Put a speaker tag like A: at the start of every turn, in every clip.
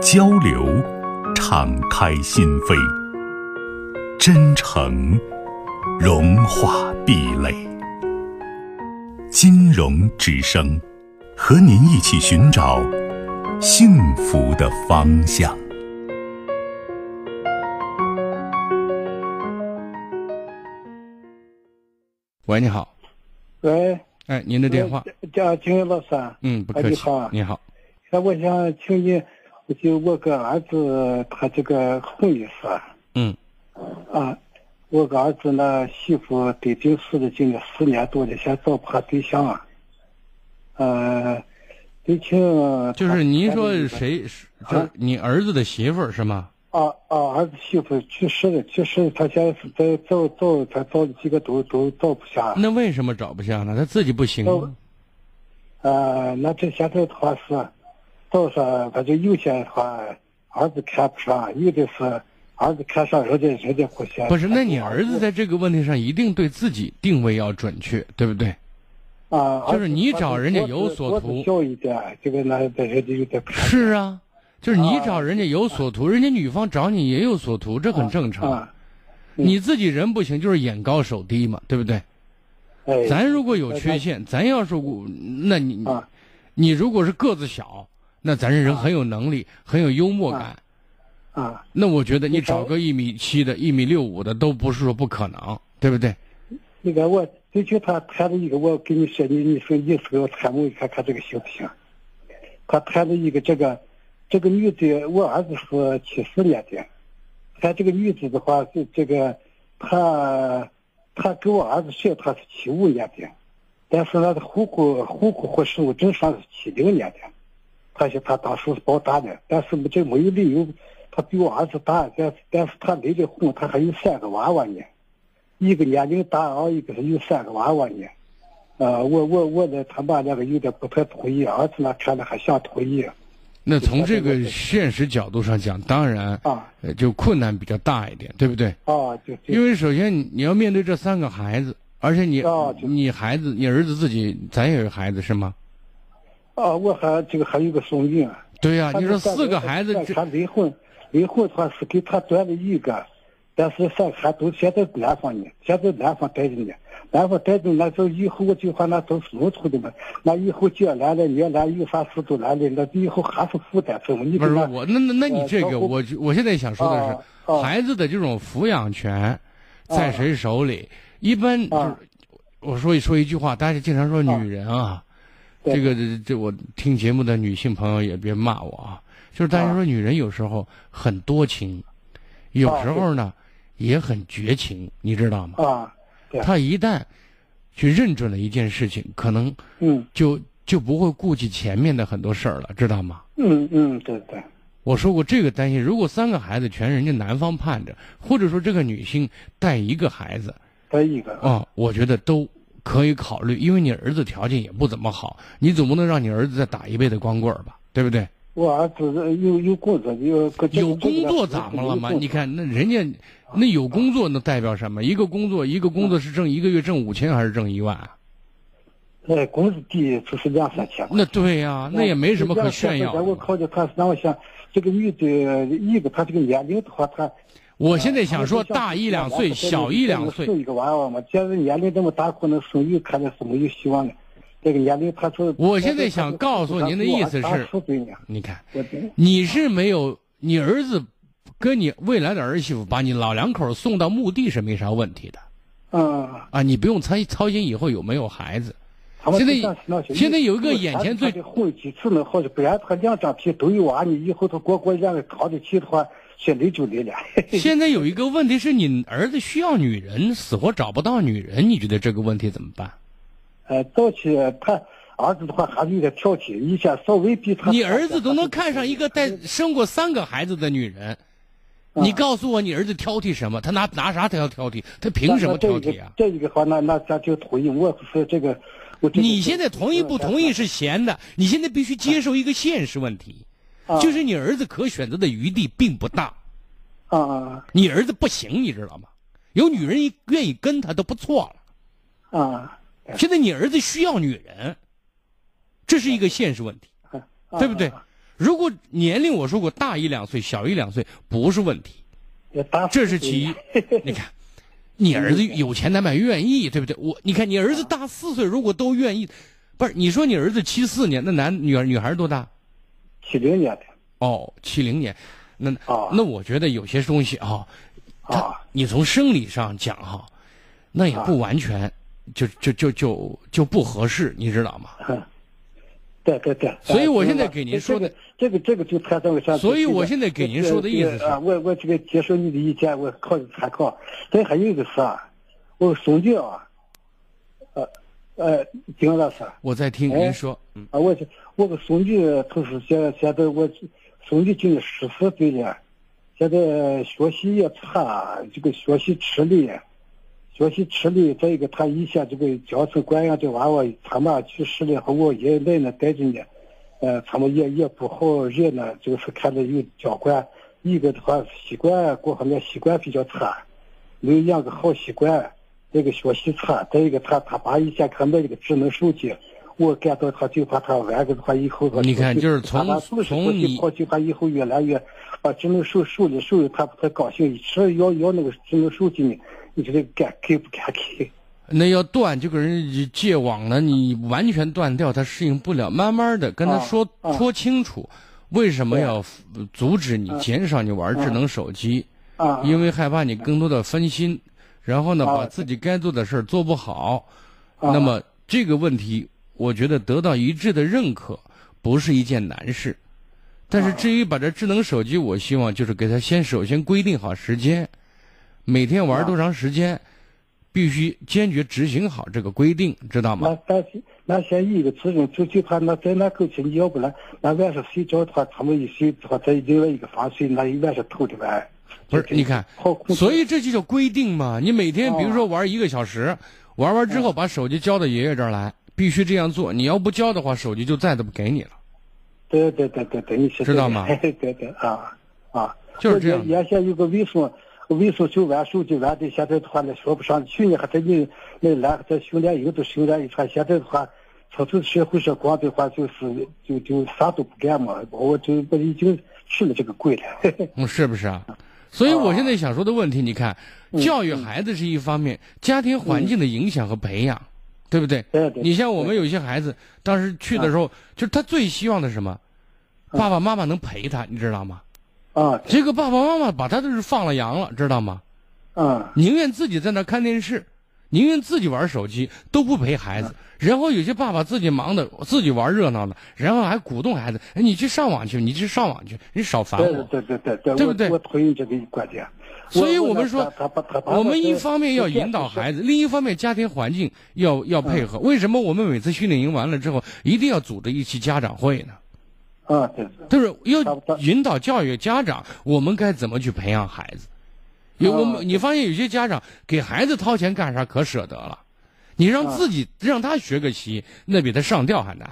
A: 交流，敞开心扉，真诚融化壁垒。金融之声，和您一起寻找幸福的方向。
B: 喂，你好，
C: 喂，
B: 哎，您的电话，
C: 叫金老师啊，
B: 嗯，不
C: 哎
B: 客
C: 你
B: 气
C: 好，啊
B: 你好，
C: 那我想请你，就我个儿子他这个婚礼事啊
B: 嗯，
C: 啊，我个儿子呢媳妇得病死了，近了十年多了，想找个对象啊，呃，得请
B: 就是您说
C: 他
B: 谁是，就是你儿子的媳妇儿是吗？
C: 啊啊，儿子媳妇去世了，去世了，他现在是在找找，他找了几个都都找不下，
B: 那为什么找不下呢？他自己不行
C: 哦呃，那这现在的话是，到上他就有些的话，儿子看不上，有的是儿子看上人家，人家不行。啊
B: 不是？那你儿子在这个问题上一定对自己定位要准确，对不对？
C: 啊，
B: 就是
C: 儿子
B: 你
C: 他
B: 找人家有所
C: 多
B: 图
C: 多小一点，这个那这人家有点不行
B: 是啊，就是你找人家有所图，人家女方找你也有所图，这很正常。
C: 啊，
B: 你自己人不行，就是眼高手低嘛，对不对？
C: 哎，
B: 咱如果有缺陷，咱要是我那你
C: 啊
B: 你如果是个子小，那咱这人很有能力，很有幽默感。
C: 啊，
B: 那我觉得你
C: 你找
B: 找个一米七的、一米六五的都不是说不可能，对不对？
C: 那个我最近他谈了一个，我跟你说，你你说你是给我参谋一下，看这个行不行？他谈了一个这个，这个女的，我儿子是七四年的，他这个女子的话是这个，她她给我儿子说她是七五年的，但是那个户口户口户事务证上是七零年的，他说他当时是报答的，但是没这没有理由，他比我儿子大，但但是他离了婚，他还有三个娃娃呢。一个年龄大，然后一个是有三个娃娃呢。呃，我我我呢，他妈那个有点不太同意，儿子呢看着还想同意。
B: 那从这个现实角度上讲，当然
C: 啊，
B: 呃就困难比较大一点，对不对？
C: 啊，就
B: 因
C: 就
B: 为首先你你要面对这三个孩子，而且你
C: 啊对
B: 你孩子，你儿子自己，咱也有孩子是吗？
C: 啊，我还这个还有个孙女啊。
B: 对呀、
C: 他
B: 你
C: 就
B: 说
C: 三
B: 四个孩子
C: 三
B: 这
C: 他离婚，离婚他是给他断了一个，但是三个孩子都现在南方呢，现在南方待着呢，南方待着那时候以后我就话那都是农村的嘛，那以后将来了原来有啥事都来了，那以后还是负担重。你
B: 不
C: 跟
B: 是
C: 他
B: 我，那那那你
C: 呃
B: 这
C: 包
B: 个，
C: 括
B: 我就我现在想说的
C: 啊
B: 是，
C: 啊
B: 孩子的这种抚养权在谁手里？一般就是
C: 啊
B: 我说一说一句话，大家经常说女人啊，
C: 对
B: 这个这这我听节目的女性朋友也别骂我啊，就是大家说女人有时候很多情，有时候呢也很绝情，你知道吗？
C: 啊，对
B: 她一旦去认准了一件事情，可能
C: 嗯
B: 就就不会顾及前面的很多事儿了，知道吗？
C: 嗯嗯，对对。
B: 我说过这个担心，如果三个孩子全人家男方盼着，或者说这个女性带一个孩子
C: 得一个
B: 啊、我觉得都可以考虑，因为你儿子条件也不怎么好，你总不能让你儿子再打一辈子光棍儿吧，对不对？
C: 我儿子呃有有工作，有
B: 有工作怎么了嘛？你看那人家那有工作能代表什么？一个工作，一个工作是挣一个月挣五千还是挣一万啊？
C: 哎，工资低，就是两三千块。
B: 那对呀、那也没什么可炫耀
C: 两三千块钱
B: 的。
C: 我考虑他，让我想，这个女的，一个她这个年龄的话，她
B: 我现在哎想说，
C: 她
B: 大一两岁，小一两岁，
C: 生一个娃娃嘛。现在年龄这么大，可能生育看来是没有希望的。这个年龄，她说
B: 我现在想告诉您的意思是
C: 她十岁呢，
B: 你看。
C: 我真
B: 你是没有，你儿子跟你未来的儿媳妇把你老两口送到墓地是没啥问题的
C: 嗯，
B: 啊，你不用操操心以后有没有孩子。
C: 他们
B: 现在
C: 就像是那些
B: 现在有一个眼前最
C: 他混几次能好，不然他两张皮都有啊，你以后他过过让个扛得起的话，说离就 离了。
B: 现在有一个问题是你儿子需要女人，死活找不到女人，你觉得这个问题怎么办？
C: 呃，早期他儿子的话还是有点挑剔，以前稍微比他
B: 你儿子都能看上一个带生过三个孩子的女人，你告诉我你儿子挑剔什么？他拿拿啥他要挑剔？他凭什么挑剔啊？
C: 那那这一个这一个话，那那咱就同意。我是这个，我这个
B: 你现在同意不同意是闲的，你现在必须接受一个现实问题，
C: 啊
B: 就是你儿子可选择的余地并不大。
C: 啊啊
B: 你儿子不行，你知道吗？有女人愿意跟他都不错了。
C: 啊
B: 现在你儿子需要女人，这是一个现实问题，
C: 啊，啊
B: 对不对？？如果年龄我说过大一两岁，小一两岁不是问题，
C: 也打死
B: 这是其一。 你看，你儿子有钱难买愿意，对不对？我你看你儿子大四岁，如果都愿意，不是你说你儿子七四年，那男女儿女孩多大？
C: 七零年的
B: 哦，七零年，那、
C: 啊
B: 那我觉得有些东西啊，他
C: 啊
B: 你从生理上讲哈、那也不完全，就就就就就不合适，你知道吗？
C: 嗯对对对。
B: 所以我
C: 啊
B: 现在
C: 这个
B: 给您说的
C: 这个这个就谈到了上次
B: 所以
C: 这个
B: 我现在给您说的意思是
C: 这个啊，我我这个接受你的意见，我考虑参考。但还有一个事啊，我兄弟啊，呃呃，丁老师啊，
B: 我在听
C: 哎
B: 您说，嗯
C: 啊，我这我个孙女，她是现现在我孙女今年十四岁了，现在学习也差，这个学习吃力，学习吃力。再一个，她以前这个娇生惯养，这娃娃他妈去世了，和我爷爷奶奶带着呢，呃，他们也也不好热呢，就是看着有娇惯，一个的话习惯各方面习惯比较差。没有养个好习惯，这个学习差，再一个他他爸以前给他买了个智能手机，我感到他就怕他玩个的话以后他
B: 你看就是从
C: 他爸不是
B: 从
C: 过去
B: 你
C: 跑去他以后越来越把智能手手里手里他不太高兴，一直要要那个智能手机呢，你说这敢给不敢给？
B: 那要断就跟人戒网呢，你完全断掉，他适应不了。慢慢的跟他说、
C: 啊啊
B: 说清楚，为什么要阻止你、
C: 嗯
B: 减少你玩智能手机，
C: 啊，
B: 因为害怕你更多的分心，然后呢，
C: 啊
B: 把自己该做的事儿做不好。
C: 啊
B: 那么这个问题，我觉得得到一致的认可不是一件难事。但
C: 啊
B: 是至于把这智能手机，我希望就是给他先首先规定好时间，每天
C: 啊
B: 玩多长时间，必须坚决执行好这个规定，知道吗
C: 那？但是那先一个自人就就怕那在那够去，你要不然那晚上睡觉的话，他们一睡的话，在另外一个房睡，那一晚上偷着玩。
B: 不是，
C: 就
B: 你看
C: 好控，制
B: 所以这就叫规定嘛。你每
C: 哦
B: 天比如说玩一个小时，玩完之后把手机交到爷爷这儿来，必须这样做。你要不交的话，手机就再都不给你了。
C: 对对对对对，你说对
B: 知道吗
C: 对对啊啊，
B: 就是这样
C: 我原原先有个微送，微送就玩手机玩的，现在的话呢说不上。去年还在那那来还在训练营都训练一串，现在的话，从这社会上光的话就是就就啥都不干嘛，我就我已经吃了这个亏了。
B: 嗯，是不是啊？
C: 哦
B: 所以我现在想说的问题，你看，
C: 嗯
B: 教育孩子是一方面，家庭环境的影响和培养，对不对？
C: 对对嗯
B: 你像我们有一些孩子，当时去的时候，就是他最希望的是什么？爸爸妈妈能陪他，你知道吗？
C: 啊
B: 结果爸爸妈妈把他都是放了羊了，知道吗？
C: 啊
B: 宁愿自己在那儿看电视，宁愿自己玩手机，都不陪孩
C: 嗯
B: 子。然后有些爸爸自己忙的，自己玩热闹的，然后还鼓动孩子：“哎，你去上网去，你去上网去，你少烦
C: 对
B: 我。”
C: 对对对对，
B: 对不对
C: 我我同意这个观点。
B: 所以我
C: 我
B: 们说
C: 他他他，他
B: 我们一方面要引导孩子，另一方面家庭环境要要配
C: 嗯
B: 合。为什么我们每次训练营完了之后，一定要组织一期家长会呢？
C: 啊，对对。
B: 就是
C: 差不多
B: 要引导教育家长，我们该怎么去培养孩子？有我
C: 啊
B: 们，你发现有些家长给孩子掏钱干啥可舍得了，你
C: 嗯
B: 让自己让他学个习，那比他上吊还难，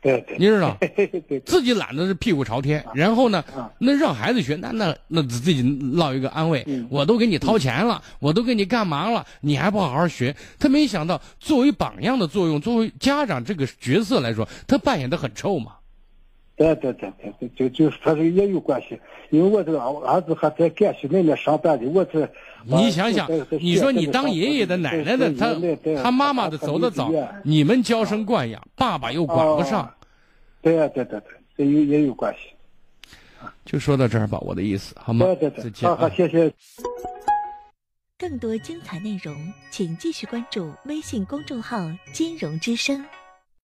C: 对对，
B: 你知 道？
C: 对对对
B: 自己懒得是屁股朝天，然后呢，
C: 嗯
B: 那让孩子学，那那那自己落一个安慰，
C: 嗯
B: 我都给你掏钱了，我都给你干嘛了，你还不好好学？他没想到，作为榜样的作用，作为家长这个角色来说，他扮演的很臭嘛。
C: 对对对对对，就就是他这个也有关系，因为我这个儿儿子还在干训那边上班的，我这。
B: 你想
C: 啊
B: 想，你说你当爷爷的、奶奶的，他他妈妈的走得早，
C: 啊
B: 你们娇生惯养，爸爸又管不上
C: 哦。对对对对，这有也有关系。
B: 就说到这儿吧，我的意思，好吗
C: 对对？
B: 再
C: 对，
B: 见
C: 好
B: 啊。
C: 好，谢谢。
D: 更多精彩内容，请继续关注微信公众号“金融之声”。